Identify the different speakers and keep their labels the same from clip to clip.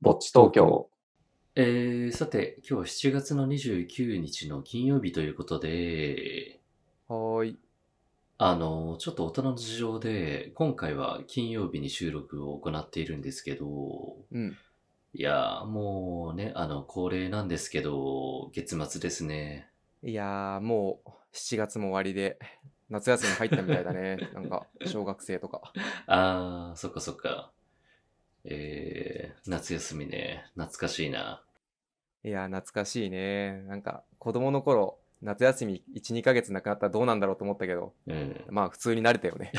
Speaker 1: ぼっち東京。
Speaker 2: えー、さて、今日7月の29日の金曜日ということで、
Speaker 3: はーい。
Speaker 2: あの、ちょっと大人の事情で、今回は金曜日に収録を行っているんですけど、
Speaker 3: うん。
Speaker 2: いやー、もうね、あの、恒例なんですけど、月末ですね。
Speaker 3: いやー、もう7月も終わりで、夏休み入ったみたいだ ね。なんか、小学生とか。
Speaker 2: あー、そっかそっか。えー、夏休みね、懐かしいな。
Speaker 3: いやー、懐かしいね。なんか、子供の頃、夏休み1、2ヶ月なくなったらどうなんだろうと思ったけど、
Speaker 2: うん。
Speaker 3: まあ、普通に慣れた よね。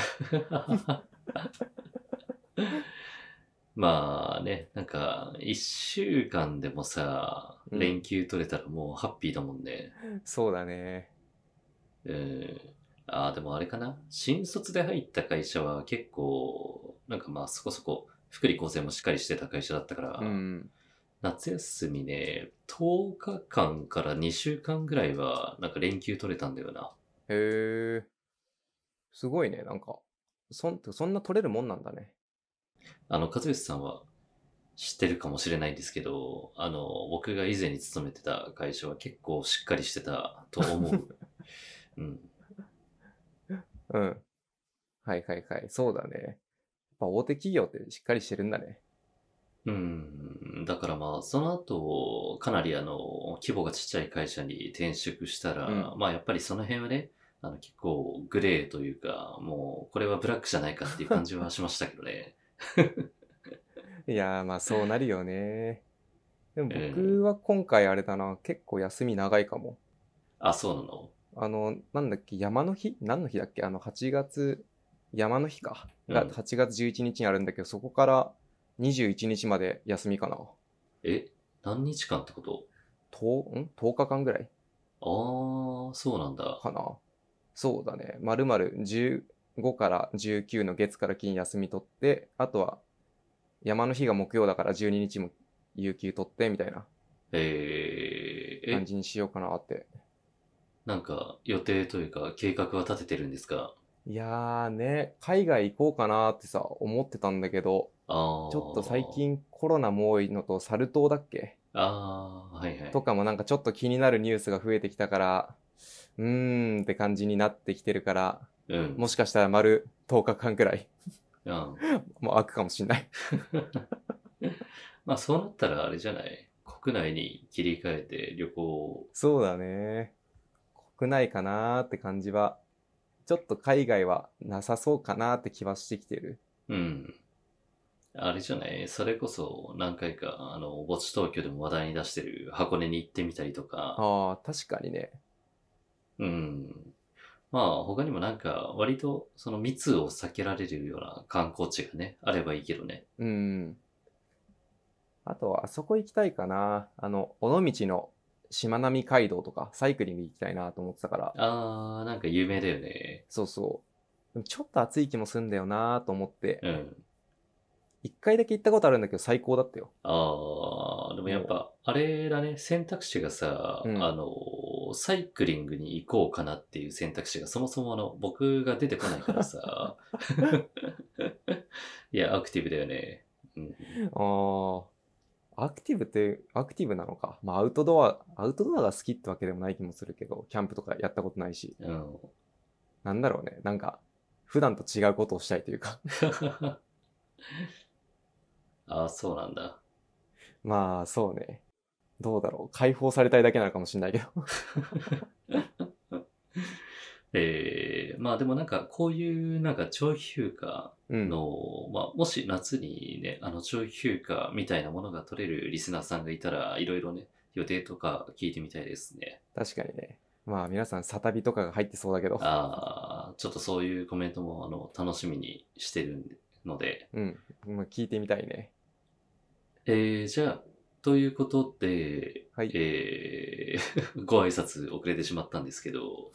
Speaker 2: まあね、なんか、一週間でもさ、
Speaker 3: うん
Speaker 2: 連休取れたらもうハッピーだもんね。
Speaker 3: そうだね。
Speaker 2: うん。ああ、でもあれかな。新卒で入った会社は結構、なんかまあそこそこ、福利厚生もしっかりしてた会社だったから、
Speaker 3: うん。
Speaker 2: 夏休みね、10日間から2週間ぐらいは、なんか連休取れたんだよな。
Speaker 3: へー。すごいね。なんか、そんそんな取れるもんなんだね。
Speaker 2: あの、和義さんは知ってるかもしれないんですけど、あの、僕が以前に勤めてた会社は結構しっかりしてたと思う。うん。
Speaker 3: うん。はいはいはい。そうだね。やっぱ大手企業ってしっかりしてるんだね。
Speaker 2: うん。だからまあ、その後、かなりあの、規模がちっちゃい会社に転職したら、まあやっぱりその辺はね、あの結構グレーというか、もうこれはブラックじゃないかっていう感じはしましたけどね。
Speaker 3: いやー、まあそうなるよね。でも
Speaker 2: ええ
Speaker 3: 僕は今回あれだな、結構休み長いかも。
Speaker 2: あ、そうなの
Speaker 3: あの、なんだっけ、山の日何の日だっけあの、8月、山の日か。
Speaker 2: う
Speaker 3: が
Speaker 2: ん
Speaker 3: 8月11日にあるんだけど、そこから21日まで休みかな。
Speaker 2: え、何日間ってこと
Speaker 3: 10、ん ?10 日間ぐらい
Speaker 2: ああ、そうなんだ。
Speaker 3: かな。そうだね。まるまる15から19の月から金休み取って、あとは山の日が木曜だから12日も有給取ってみたいな
Speaker 2: えー、え
Speaker 3: 感、じにしようかなって
Speaker 2: なんか予定というか計画は立ててるんですか
Speaker 3: いやーね、海外行こうかなーってさ、思ってたんだけど、
Speaker 2: ああ。
Speaker 3: ちょっと最。近コロナも多いのと、サル痘だっけ
Speaker 2: ああ、はいはい。
Speaker 3: とかもなんかちょっと気になるニュースが増えてきたから、うーんって感じになってきてるから、
Speaker 2: うん。
Speaker 3: もしかしたら丸10日間くらい、
Speaker 2: うん
Speaker 3: もう開くかもしんない。
Speaker 2: まあそうなったらあれじゃない。国内に切り替えて旅行を
Speaker 3: そうだね。国内かなーって感じは、ちょっと海外はなさそうかなーって気はしてきてる。
Speaker 2: うん。あれじゃない。それこそ何回か、あの、墓地東京でも話題に出してる箱根に行ってみたりとか。
Speaker 3: ああ、確かにね。
Speaker 2: うん。まあ他にもなんか割とその密を避けられるような観光地がね、あればいいけどね。
Speaker 3: うん。あとは、あそこ行きたいかな。あの、尾道のしまなみ海道とか、サイクリング行きたいなと思ってたから。
Speaker 2: あー、なんか有名だよね。
Speaker 3: そうそう。でもちょっと暑い気もすんだよなと思って、
Speaker 2: うん。
Speaker 3: 一回だけ行ったことあるんだけど、最高だったよ。
Speaker 2: ああ、でもやっぱ、あれだね、選択肢がさ、
Speaker 3: うん
Speaker 2: あの、サイクリングに行こうかなっていう選択肢がそもそもあの、僕が出てこないか らさ。いや、アクティブだよね。うん、
Speaker 3: ああ。アクティブって、アクティブなのか。まあ、アウトドア、アウトドアが好きってわけでもない気もするけど、キャンプとかやったことないし、
Speaker 2: うん。
Speaker 3: なんだろうね。なんか、普段と違うことをしたいというか。
Speaker 2: ああ、そうなんだ。
Speaker 3: まあ、そうね。どうだろう。解放されたいだけなのかもしれないけど。
Speaker 2: ええまあでもなんか、こういうなんか長期休暇
Speaker 3: うん。
Speaker 2: の、まあ、もし夏にね、あの、長期休暇みたいなものが取れるリスナーさんがいたら、いろいろね、予定とか聞いてみたいですね。
Speaker 3: 確かにね。まあ皆さん、サタビとかが入ってそうだけど。
Speaker 2: ああ、ちょっとそういうコメントも、あの、楽しみにしてるので。
Speaker 3: うん。まあ、聞いてみたいね。
Speaker 2: えー、じゃあ、ということで、
Speaker 3: はい
Speaker 2: えー、 ご挨拶遅れてしまったんですけど、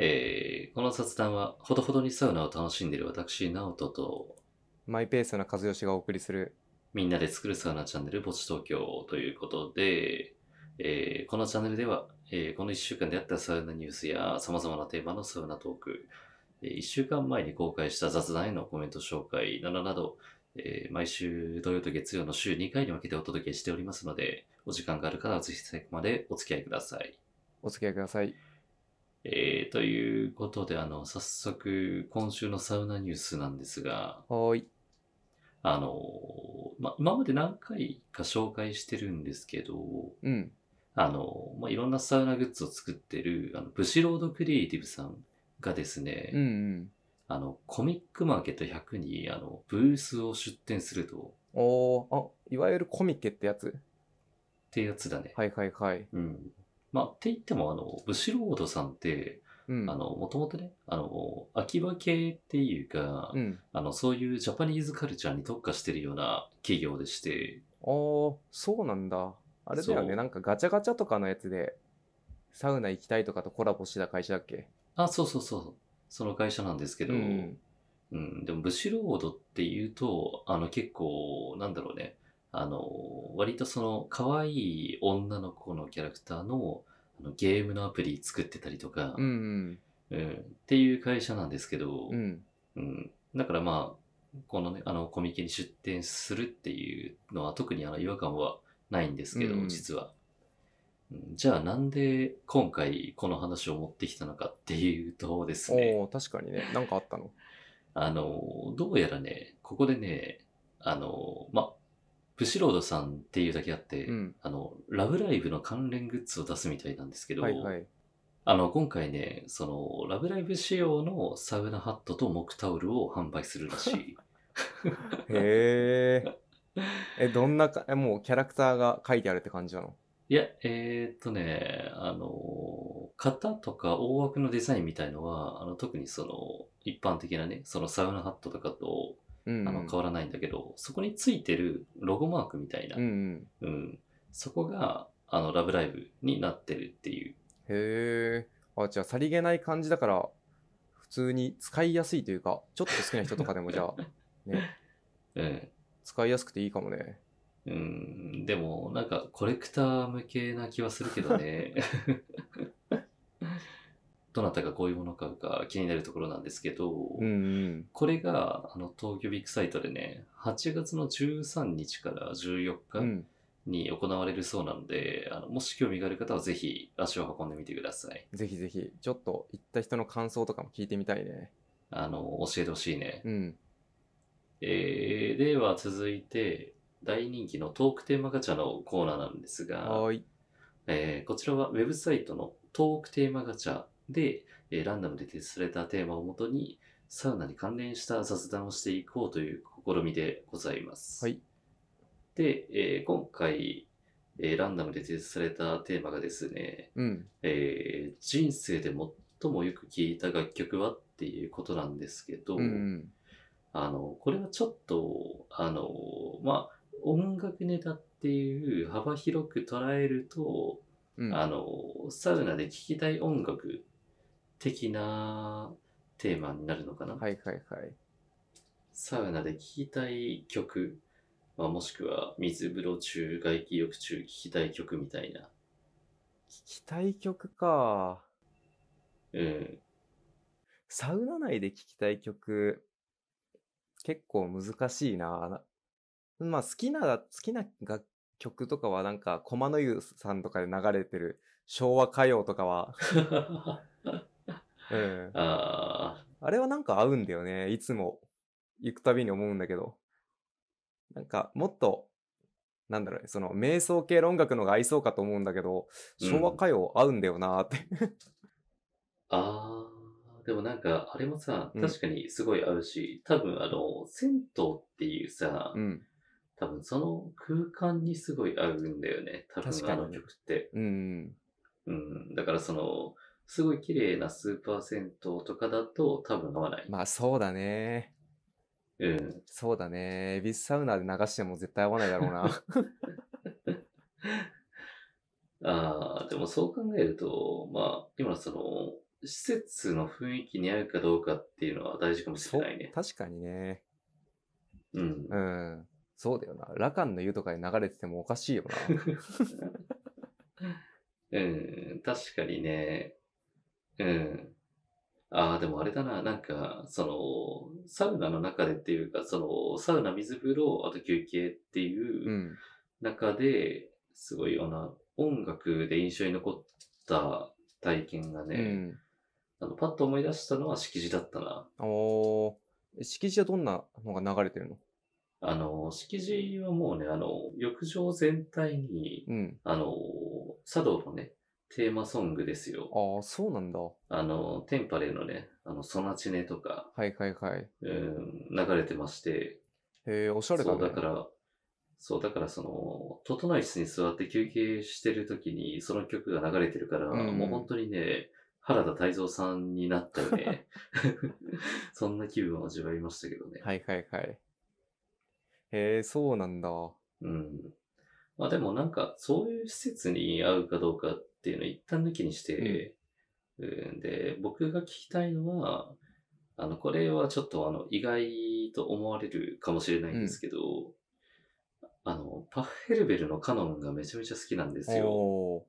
Speaker 2: えー、この雑談は、ほどほどにサウナを楽しんでいる私、ナオトと、
Speaker 3: マイペースな和義がお送りする。
Speaker 2: みんなで作るサウナチャンネル、ぼち東京ということで、えーこのチャンネルでは、えーこの1週間であったサウナニュースや、様々なテーマのサウナトーク、え1週間前に公開した雑談へのコメント紹介などなど、えー毎週土曜と月曜の週2回に分けてお届けしておりますので、お時間がある方はぜひ最後までお付き合いください。
Speaker 3: お付き合いください。
Speaker 2: えーということで、あの、早速、今週のサウナニュースなんですが、
Speaker 3: はーい。
Speaker 2: あの、ま、今まで何回か紹介してるんですけど、
Speaker 3: うん。
Speaker 2: あの、ま、いろんなサウナグッズを作ってる、あの、ブシロードクリエイティブさんがですね、
Speaker 3: うんうん。
Speaker 2: あの、コミックマーケット100に、あの、ブースを出展すると、
Speaker 3: おー、あ、いわゆるコミケってやつ
Speaker 2: ってやつだね。
Speaker 3: はいはいはい。
Speaker 2: うん。まあ、って言っても、あの、ブシロードさんって、
Speaker 3: うん。
Speaker 2: あの、もともとね、あの、秋葉系っていうか、
Speaker 3: うん。
Speaker 2: あの、そういうジャパニーズカルチャーに特化してるような企業でして、
Speaker 3: おー、そうなんだ。あれだよ
Speaker 2: そう
Speaker 3: ね、なんかガチャガチャとかのやつで、サウナ行きたいとかとコラボしてた会社だっけ
Speaker 2: あ、そうそうそう、その会社なんですけど、
Speaker 3: うん。
Speaker 2: うん、でもブシロードっていうと、あの結構、なんだろうね、あの、割とその可愛い女の子のキャラクターのあのゲームのアプリ作ってたりとか、
Speaker 3: うん
Speaker 2: うんっていう会社なんですけど、
Speaker 3: うん。うん。
Speaker 2: うんだからまあ、このね、あのコミケに出展するっていうのは特にあの違和感はないんですけど、
Speaker 3: うん
Speaker 2: 実は。うんじゃあなんで今回この話を持ってきたのかっていうとですね、
Speaker 3: おー、確かにね、なんかあったの。
Speaker 2: あの、どうやらね、ここでね、あの、ま、ブシロードさんっていうだけあって、
Speaker 3: うん。
Speaker 2: あの、ラブライブの関連グッズを出すみたいなんですけど、
Speaker 3: はいはい。
Speaker 2: あの、今回ね、その、ラブライブ仕様のサウナハットと木タオルを販売するらし い。
Speaker 3: へえ。 え、どんなか、えもうキャラクターが書いてあるって感じなの
Speaker 2: いや、えーっとね、あの、型とか大枠のデザインみたいのは、あの、特にその、一般的なね、そのサウナハットとかと、
Speaker 3: うん、うん。
Speaker 2: あの、変わらないんだけど、そこについてるロゴマークみたいな
Speaker 3: うん、う、ん。
Speaker 2: うん、そこが、あの、ラブライブになってるっていう。
Speaker 3: へえ。あ、じゃあ、さりげない感じだから、普通に使いやすいというか、ちょっと好きな人とかで も、じゃあ、ね、
Speaker 2: うん。
Speaker 3: 使いやすくていいかもね。
Speaker 2: うん、でも、なんか、コレクター向けな気はするけどね。 どなたがこういうものを買うか気になるところなんですけど、
Speaker 3: うん、
Speaker 2: これが、あの、東京ビッグサイトでね、8月の13日から14
Speaker 3: うん。うん。
Speaker 2: 日に行われるそうなので、あのもし興味がある方はぜひ足を運んでみてください。
Speaker 3: ぜひぜひ、ちょっと行った人の感想とかも聞いてみたいね。
Speaker 2: あの、教えてほしいね。
Speaker 3: うん。
Speaker 2: えーでは続いて大人気のトークテーマガチャのコーナーなんですが、
Speaker 3: はーい。
Speaker 2: えーこちらはウェブサイトのトークテーマガチャで、えーランダムで提出されたテーマをもとにサウナに関連した雑談をしていこうという試みでございます。
Speaker 3: はい。
Speaker 2: で、えー今回、えーランダムで提出されたテーマがですね、
Speaker 3: うん。
Speaker 2: えー人生で最もよく聴いた楽曲はっていうことなんですけど、
Speaker 3: うんうん。
Speaker 2: あの、これはちょっと、あの、まあ、音楽ネタっていう幅広く捉えると、
Speaker 3: うん。
Speaker 2: あの、サウナで聴きたい音楽的なテーマになるのかな。
Speaker 3: はいはいはい。
Speaker 2: サウナで聴きたい曲、まあ、もしくは水風呂中、外気浴中聴きたい曲みたいな。
Speaker 3: 聞きたい曲か。
Speaker 2: うん。
Speaker 3: サウナ内で聴きたい曲、結構難しいな。なまあ好きな、好きな楽曲とかはなんか、駒の湯さんとかで流れてる昭和歌謡とかは、 うん。
Speaker 2: あ
Speaker 3: あれはなんか合うんだよね。いつも行くたびに思うんだけど。なんか、もっと、なんだろうね、その、瞑想系の音楽のが合いそうかと思うんだけど、昭和歌謡合うんだよなって。
Speaker 2: あ、ああ、でもなんか、あれもさ、
Speaker 3: うん
Speaker 2: 確かにすごい合うし、多分あの、銭湯っていうさ、
Speaker 3: うん。
Speaker 2: 多分その空間にすごい合うんだよね。多
Speaker 3: 確
Speaker 2: 分
Speaker 3: か
Speaker 2: あ
Speaker 3: に
Speaker 2: の曲って。
Speaker 3: うん。
Speaker 2: うん。だからその、すごい綺麗なスーパー銭湯とかだと多分合わない。
Speaker 3: まあそうだね。
Speaker 2: うん。
Speaker 3: そうだね。エビスサウナで流しても絶対合わないだろう な。
Speaker 2: ああ、でもそう考えると、まあ、今のその、施設の雰囲気に合うかどうかっていうのは大事かもし
Speaker 3: そう
Speaker 2: れないね。
Speaker 3: 確かにね。
Speaker 2: うん。
Speaker 3: うん。そうだよな。ラカンの湯とかで流れててもおかしいよ
Speaker 2: うん、確かにね。うん。ああ、でもあれだな、なんか、その、サウナの中でっていうか、その、サウナ、水風呂、あと休憩って
Speaker 3: う。
Speaker 2: いうん 中で、すごい、あの、音楽で印象に残った体験が
Speaker 3: う
Speaker 2: ね、
Speaker 3: ん。
Speaker 2: あの、パッと思い出したのは敷地だったな。
Speaker 3: おー。え敷地はどんなのが流れてるの
Speaker 2: あの、敷地はもうね、あの、浴場全体に、
Speaker 3: うん。
Speaker 2: あの、茶道のね、テーマソングですよ。
Speaker 3: ああ、そうなんだ。は
Speaker 2: あの、テンパレーのね、あの、ソナチネとか、
Speaker 3: いはいはい。へ
Speaker 2: うん、流れてまして、
Speaker 3: え、おしゃれだ
Speaker 2: そ
Speaker 3: ね。
Speaker 2: う、だから、そう、だからその、整い室に座って休憩してる時に、その曲が流れてるから、
Speaker 3: うん
Speaker 2: もう本当にね、原田泰造さんになったよね。 そんな気分を味わいましたけどね。
Speaker 3: はいはいはい。へえ、そうなんだ。
Speaker 2: うん。まあでもなんか、そういう施設に合うかどうかっていうのを一旦抜きにして、うん、で、僕が聞きたいのは、あの、これはちょっとあの、意外と思われるかもしれないんですけど、あの、パッヘルベルのカノンがめちゃめちゃ好きなんですよ。
Speaker 3: おー。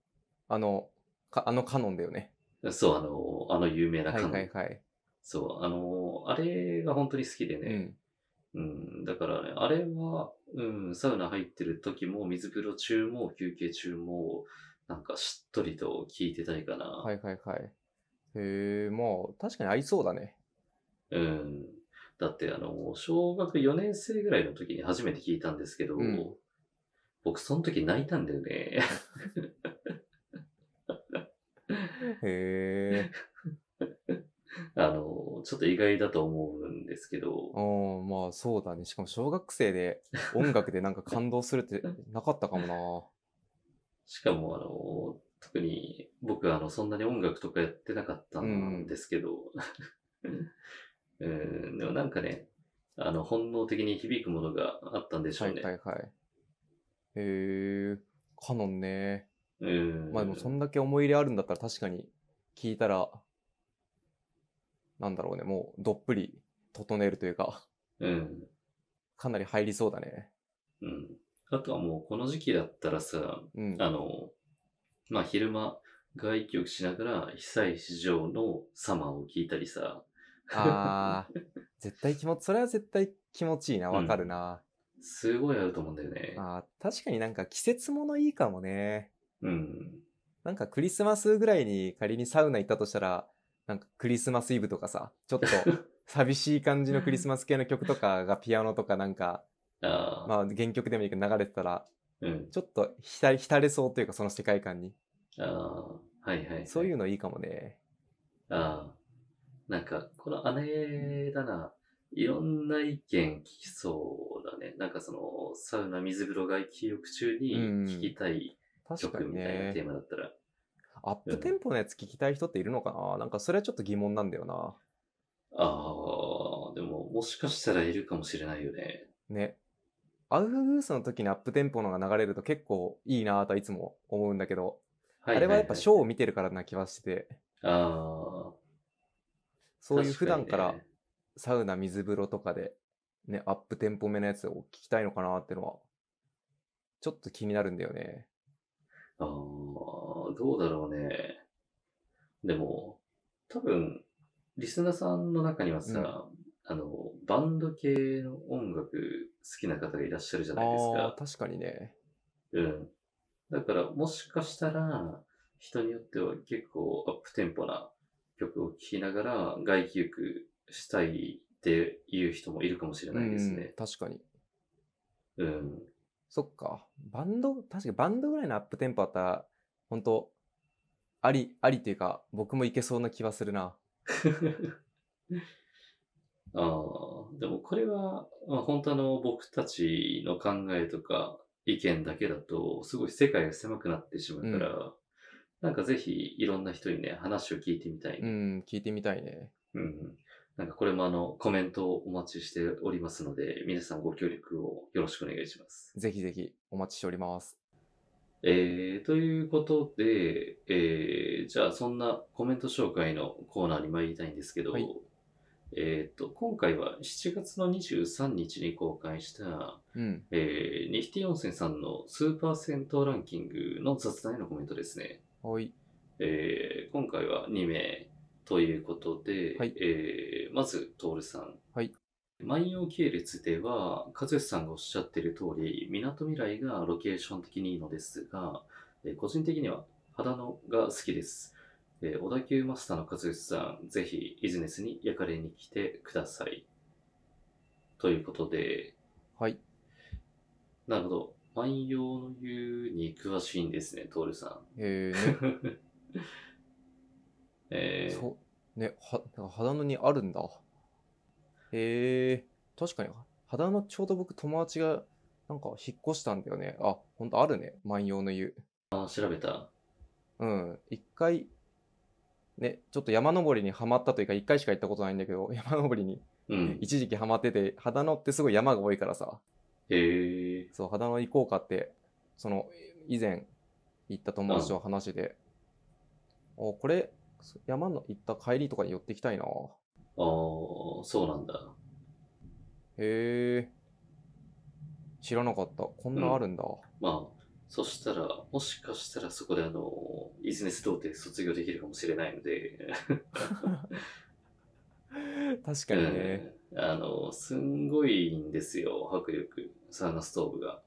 Speaker 3: あの、かあのカノンだよね。
Speaker 2: そう、あの、あの有名な
Speaker 3: はい
Speaker 2: カノン。
Speaker 3: はいはい。
Speaker 2: そう、あの、あれが本当に好きで
Speaker 3: う
Speaker 2: ね、
Speaker 3: ん。
Speaker 2: うん、だからね、あれは、うん、サウナ入ってる時も、水風呂中も、休憩中も、なんかしっとりと聞いてたいかな。
Speaker 3: はいはいはい。へえ、まあ、確かに合いそうだね。
Speaker 2: うん。だって、あの、小学4年生ぐらいの時に初めて聞いたんですけど、
Speaker 3: うん
Speaker 2: 僕その時泣いたんだよね。
Speaker 3: へえ。
Speaker 2: あの、ちょっと意外だと思うんですけ
Speaker 3: あ
Speaker 2: ど、
Speaker 3: ーまあそうだね。しかも小学生で音楽でなん か感動するってなかったかも
Speaker 2: しかも、あの、特に僕、あの、そんなに音楽とかやってなかったんですけど、うん、でもなんかね、あの、本能的に響くものがあったんでし
Speaker 3: な。
Speaker 2: ょ
Speaker 3: は
Speaker 2: う
Speaker 3: い
Speaker 2: ね。
Speaker 3: はいはい。へえ、カノンね。
Speaker 2: うん。
Speaker 3: まあでもそんだけ思い入れあるんだったら確かに聞いたら、なんだろうね、もうどっぷり整えるというか、
Speaker 2: うん。
Speaker 3: かなり入りそうだね。
Speaker 2: うん。あとはもう、この時期だったらさ、
Speaker 3: うん。
Speaker 2: あの、まあ、昼間、外気浴しながら、被災市場のサマーを聞いたりさ、
Speaker 3: あー、絶対気持ち、それは絶対気持ちいいな、わかるな。
Speaker 2: すごい合うと思うんだよね。
Speaker 3: あー確かになんか季節ものいいかもね。
Speaker 2: うん。
Speaker 3: なんかクリスマスぐらいに仮にサウナ行ったとしたら、なんかクリスマスイブとかさ、ちょ っと寂しい感じのクリスマス系の曲とかがピアノとかなんか、
Speaker 2: ああ、
Speaker 3: まあ原曲でもいいけど流れてたら、
Speaker 2: うん。
Speaker 3: ちょっと浸り浸れそうというかその世界観に。
Speaker 2: ああ、はいはい、はい。。
Speaker 3: そういううのいいかもね。
Speaker 2: ああ。なんか、この姉だな。いろんな意見聞きそうだね。なんかその、サウナ、水風呂、外気浴中に
Speaker 3: うん
Speaker 2: 聞きたい
Speaker 3: 確か
Speaker 2: 曲
Speaker 3: に
Speaker 2: みたいなテ
Speaker 3: ね。
Speaker 2: ーマだったら。
Speaker 3: アップテンポのやつ聞きたい人っているのかななんかそれはちょっと疑問なんだよな。
Speaker 2: ああ、でも、もしかしたらいるかもしれないよね。
Speaker 3: ね。アウフグースの時にアップテンポのが流れると結構いいなぁとはいつも思うんだけど、
Speaker 2: はい
Speaker 3: あれはやっぱショーを見てるからな気はしてて、
Speaker 2: ああ、
Speaker 3: そういう普段か
Speaker 2: 確
Speaker 3: ら
Speaker 2: にね
Speaker 3: サウナ、水風呂とかで、ね、アップテンポめのやつを聞きたいのかなってのは、ちょっと気になるんだよね。
Speaker 2: あーどうだろうね。でも、多分、リスナーさんの中にはさ、あの、バンド系の音楽好きな方がいらっしゃるじゃ
Speaker 3: あ
Speaker 2: ないです
Speaker 3: あー、
Speaker 2: か。
Speaker 3: 確かにね。
Speaker 2: うん。だから、もしかしたら、人によっては結構アップテンポな曲を聴きながら外気浴したいっていう人もいるかもしれないで
Speaker 3: う
Speaker 2: す
Speaker 3: ん
Speaker 2: ね。
Speaker 3: 確かに。
Speaker 2: うん。
Speaker 3: そっか。バンド、確かにバンドぐらいのアップテンポあったら、ほんと、あり、ありというか、僕もいけそうな気はするな。
Speaker 2: あ あ、でもこれは、まあ、本当あの僕たちの考えとか意見だけだと、すごい世界が狭くなってしまうから、なんかぜひいろんな人にね、話を聞いてみたい。
Speaker 3: うん、聞いてみたいね。
Speaker 2: うんなんかこれもあの、コメントをお待ちしておりますので、皆さんご協力をよろしくお願いします。
Speaker 3: ぜひぜひお待ちしております。
Speaker 2: えー、ということで、えー、じゃあそんなコメント紹介のコーナーに参りたいんですけど、
Speaker 3: はい
Speaker 2: えー、と今回は7月の23日に公開した、
Speaker 3: うん。
Speaker 2: えー、ニフティ温泉さんのスーパー銭湯ランキングの雑談へのコメントですね。
Speaker 3: はい。
Speaker 2: えー今回は2名ということで、
Speaker 3: はい
Speaker 2: えーまず、トールさん。
Speaker 3: はい
Speaker 2: 万葉系列では、和義さんがおっしゃっている通り、港未来がロケーション的にいいのですが、えー個人的には秦野が好きです。えー小田急マスターの和義さん、ぜひ、イズネスに焼かれに来てください。ということで、
Speaker 3: はい。
Speaker 2: なるほど。万葉の湯に詳しいんですね、トールさ、
Speaker 3: えー、ね
Speaker 2: ん。 えー、
Speaker 3: そう、ね、は、なんか秦野にあるんだ。えー、確かに、秦野ちょうど僕友達が、なんか引っ越したんだよね。あ、ほんとあるね。万葉の湯。
Speaker 2: あ調べた。
Speaker 3: うん。一回、ね、ちょっと山登りにはまったというか、一回しか行ったことないんだけど、 山登りに
Speaker 2: うん。
Speaker 3: 一時期ハマってて、秦野ってすごい山が多いからさ、
Speaker 2: へえ。
Speaker 3: そう、秦野行こうかって、その、以前行った友達と話してて、お、これ、山の行った帰りとかに寄ってきたいな。
Speaker 2: ああ、そうなんだ。
Speaker 3: へえ。知らなかった。こんなあるんだ。
Speaker 2: まあ、そしたら、もしかしたらそこであの、ビジネス童貞卒業できるかもしれないので、
Speaker 3: 確かにね。
Speaker 2: うんあの、すんごいんですよ、迫力、サウナストーブが。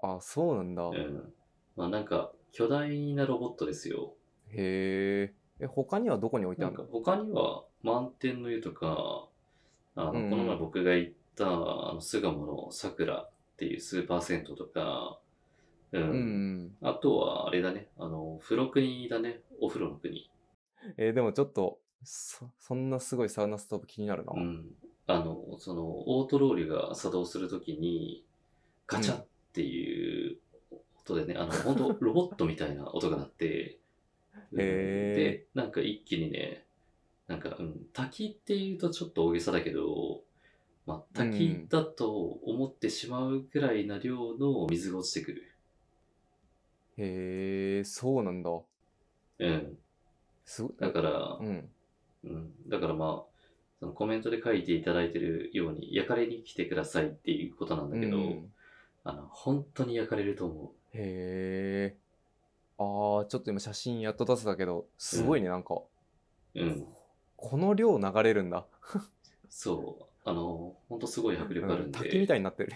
Speaker 3: あ、そうなんだ。
Speaker 2: う
Speaker 3: へ
Speaker 2: ん。まあなんか、巨大なロボットですよ。
Speaker 3: え。え、他にはどこに置いて
Speaker 2: な
Speaker 3: あ
Speaker 2: ん
Speaker 3: る
Speaker 2: か
Speaker 3: の
Speaker 2: 他には満天の湯とか、あの、
Speaker 3: うん
Speaker 2: この前僕が行った、あの、巣鴨の桜っていうスーパー銭湯とか、う。
Speaker 3: うんんうん。
Speaker 2: あとは、あれだね、あの、風呂国だね、お風呂の国。
Speaker 3: えーでもちょっと、そ、そんなすごいサウナストーブ気になるな。
Speaker 2: うん。あの、その、オートロールが作動するときに、ガチャっていう音でね、あの、 本当ロボットみたいな音が鳴って、うん
Speaker 3: へー
Speaker 2: で、なんか一気にね、なんか、うん、滝っていうとちょっと大げさだけど、まあ、滝だと思ってしまうくらいな量の水が落ちてくる。
Speaker 3: へえ、そうなんだ。
Speaker 2: うん。
Speaker 3: すご
Speaker 2: だから、
Speaker 3: うん。
Speaker 2: うん、だからまあ、そのコメントで書いていただいてるように、焼かれに来てくださいっていうことなんだけど、
Speaker 3: うん
Speaker 2: あの、本当に焼かれると思
Speaker 3: へえ。あー、ちょっと今写真やっと出せたけど、すごいね、なんか。
Speaker 2: う。うん。
Speaker 3: この量流れるんだ。
Speaker 2: そう。あの、本当すごい迫力ある
Speaker 3: うんん
Speaker 2: で。
Speaker 3: 滝みたいになってる。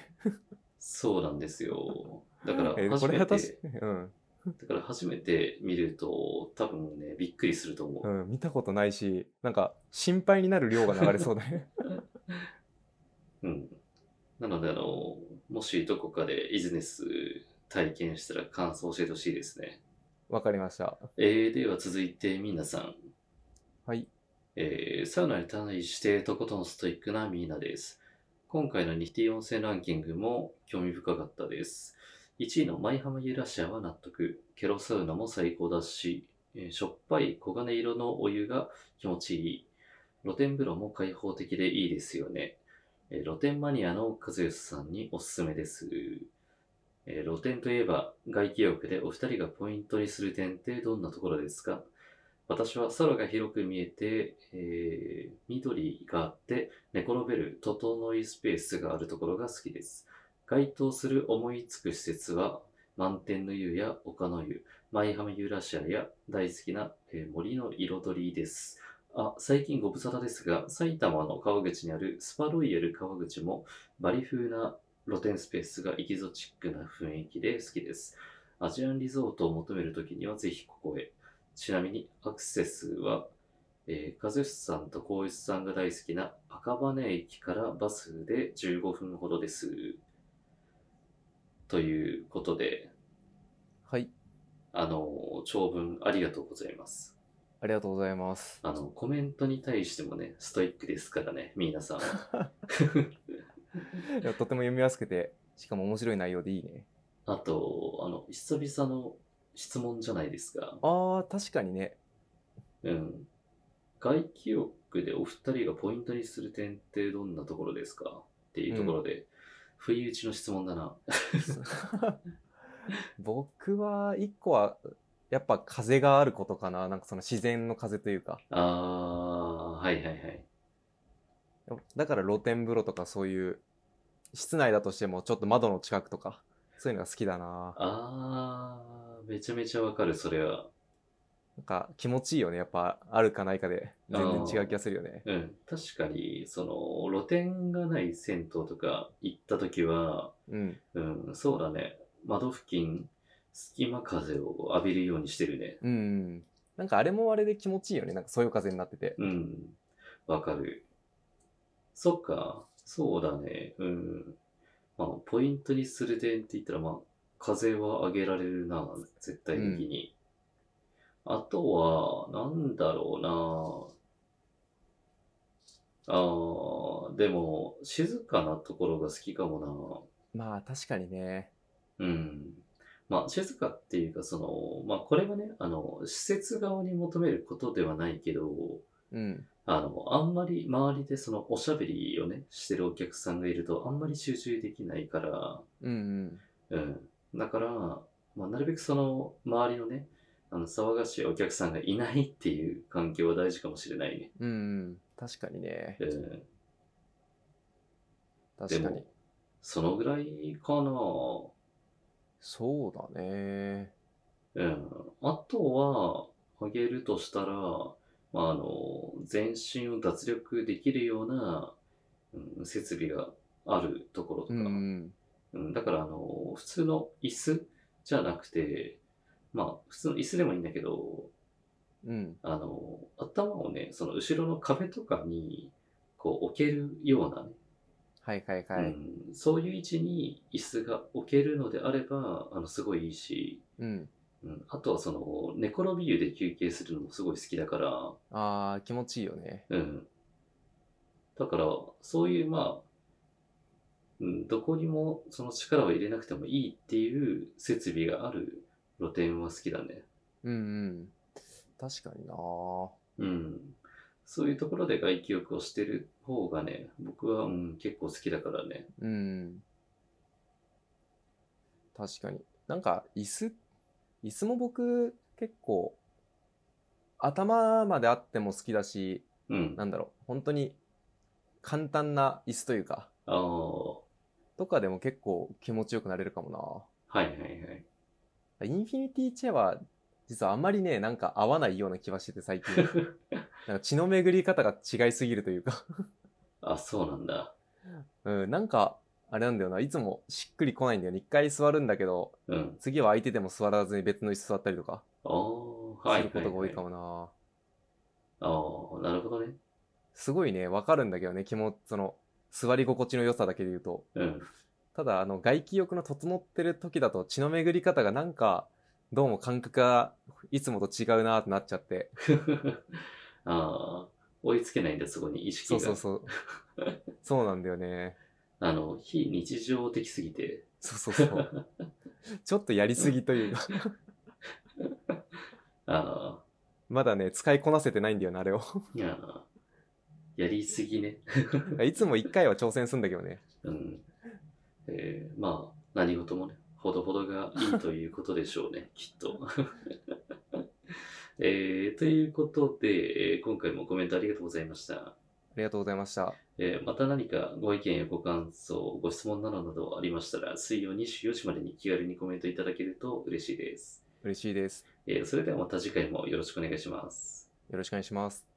Speaker 2: そうなんですよ。だから
Speaker 3: えー、
Speaker 2: 初
Speaker 3: これ
Speaker 2: め
Speaker 3: は確
Speaker 2: て、
Speaker 3: かに、うん。
Speaker 2: だから初めて見ると、多分ね、びっくりすると思う。
Speaker 3: うん、見たことないし、なんか心配になる量が流れそうだ ね。
Speaker 2: うん。なので、あの、もしどこかでイズネス体験したら感想教えてほしいですね。
Speaker 3: わかりました。
Speaker 2: えー、では続いて、みなさん。
Speaker 3: はい。
Speaker 2: えーサウナに対してとことんストイックなミーナです。今回のニティ温泉ランキングも興味深かったです。1位の舞浜ユーラシアは納得。ケロサウナも最高だし、えーしょっぱい黄金色のお湯が気持ちいい。露天風呂も開放的でいいですよね。えー露天マニアの和義さんにおすすめです。えー露天といえば外気浴でお二人がポイントにする点ってどんなところですか私は空が広く見えて、えー緑があって寝転べる整いスペースがあるところが好きです。該当する思いつく施設は満天の湯や丘の湯、舞浜ユーラシアや大好きな、えー森の彩りです。あ、最近ご無沙汰ですが、埼玉の川口にあるスパロイヤル川口もバリ風な露天スペースがエキゾチックな雰囲気で好きです。アジアンリゾートを求めるときにはぜひここへ。ちなみにアクセスは、えー、和義さんと光一さんが大好きな赤羽駅からバスで15分ほどです。ということで、
Speaker 3: はい。
Speaker 2: あの、長文ありがとうございます。
Speaker 3: ありがとうございます。
Speaker 2: あの、コメントに対してもね、ストイックですからね、皆さんは。
Speaker 3: いやとても読みやすくて、しかも面白い内容でいいね。
Speaker 2: あと、あの、久々の質問じゃないですか。
Speaker 3: あー、確かに ね。
Speaker 2: うん。外気浴でお二人がポイントにする点ってどんなところですかっていうところで、不意打ちの質問だな。
Speaker 3: 僕は、一個は、やっぱ風があることかな。なんかその自然の風というか。
Speaker 2: あー、はいはいはい。
Speaker 3: だから露天風呂とかそういう、室内だとしてもちょっと窓の近くとか、そういうのが好きだな。
Speaker 2: あー、めちゃめちゃわかる、それは。
Speaker 3: なんか気持ちいいよね。やっぱあるかないかで全然違う気がするよね。
Speaker 2: うん、確かに、その、露店がない銭湯とか行った時は、
Speaker 3: うん。
Speaker 2: うん、そうだね。窓付近、隙間風を浴びるようにしてるね。
Speaker 3: うん。なんかあれもあれで気持ちいいよね。なんかそよ風になってて。
Speaker 2: うん、わかる。そっか、そうだね。うん。まあ、ポイントにする点って言ったら、まあ、風は上げられるな、絶対的に。あとは、なんだろうな。あー、でも、静かなところが好きかも
Speaker 3: まあ確かにね。
Speaker 2: な。うん。まあ、静かっていうか、その、まあ、これはね、あの、施設側に求めることではないけど、
Speaker 3: うん。
Speaker 2: あの、あんまり周りでそのおしゃべりをね、してるお客さんがいると、あんまり集中できないから、
Speaker 3: うんうん。
Speaker 2: うん。だから、まあ、なるべくその周りのね、あの、騒がしいお客さんがいないっていう環境は大事かもしれないね。
Speaker 3: うんうん。確かにね。
Speaker 2: うん。で
Speaker 3: 確かに
Speaker 2: も。、そのぐらいかな
Speaker 3: そうだね。
Speaker 2: うん。あとは、あげるとしたら、まあ、あの、全身を脱力できるような、うん、設備があるところとか、
Speaker 3: うんうん。
Speaker 2: うん、だから、あの、普通の椅子じゃなくて、まあ、普通の椅子でもいいんだけど、
Speaker 3: うん。
Speaker 2: あの、頭をね、その後ろの壁とかに、こう置けるようなね、
Speaker 3: はいはいはい。
Speaker 2: うん、そういう位置に椅子が置けるのであれば、あの、すごいいいし、
Speaker 3: うん。
Speaker 2: うん、あとはその、寝転び湯で休憩するのもすごい好きだから、
Speaker 3: ああ、気持ちいいよね。
Speaker 2: うん。だから、そういう、まあ、うん、どこにもその力を入れなくてもいいっていう設備がある露店は好きだね。
Speaker 3: うんうん。確かにな。
Speaker 2: うん。そういうところで外気浴をしてる方がね、僕は、うん、結構好きだからね。
Speaker 3: うん。確かに。なんか、椅子、椅子も僕、結構、頭まであっても好きだし、
Speaker 2: うん。あ
Speaker 3: なんだろう、本当に、簡単な椅子というか、
Speaker 2: あー、
Speaker 3: とかでも結構気持ちよくなれるかも
Speaker 2: はいはいはい。
Speaker 3: な。インフィニティチェアは、実はあんまりね、なんか合わないような気はしてて 最近。なんか血の巡り方が違いすぎるというか。
Speaker 2: あ、そうなんだ。
Speaker 3: うん、なんか、あれなんだよな。いつもしっくりこないんだよね。一回座るんだけど、
Speaker 2: うん。
Speaker 3: 次は空いてても座らずに別の椅子座ったりとか、
Speaker 2: ああ、は
Speaker 3: する
Speaker 2: いはい、
Speaker 3: こ
Speaker 2: はい。
Speaker 3: とが多いかもな。
Speaker 2: ああ、なるほどね。
Speaker 3: すごいね、わかるんだけどね、気も、その、座り心地の良さだけで言うと。
Speaker 2: うん。
Speaker 3: ただ、あの、外気浴の整ってる時だと血の巡り方がなんか、どうも感覚がいつもと違うなーってなっちゃって。
Speaker 2: ああ、追いつけないんだ、そこに意識
Speaker 3: そ
Speaker 2: が。
Speaker 3: うそうそう。そうなんだよね。
Speaker 2: あの、非日常的すぎて。
Speaker 3: そうそうそう。ちょっとやりすぎというか、
Speaker 2: あ
Speaker 3: まだね、使いこなせてないんだよな、あれを。
Speaker 2: あ、いやー、やりすぎね。
Speaker 3: いつも一回は挑戦するんだけどね。
Speaker 2: うん。えー、まあ、何事もね、ほどほどがいいということでしょうね、きっと。 えー、ということで、えー今回もコメントありがとうございました。
Speaker 3: ありがとうございました。
Speaker 2: えーまた何かご意見やご感想、ご質問などなどありましたら、水曜24時までに気軽にコメントいただけると嬉しいです。
Speaker 3: 嬉しいです。
Speaker 2: えーそれではまた次回もよろしくお願いします。
Speaker 3: よろしくお願いします。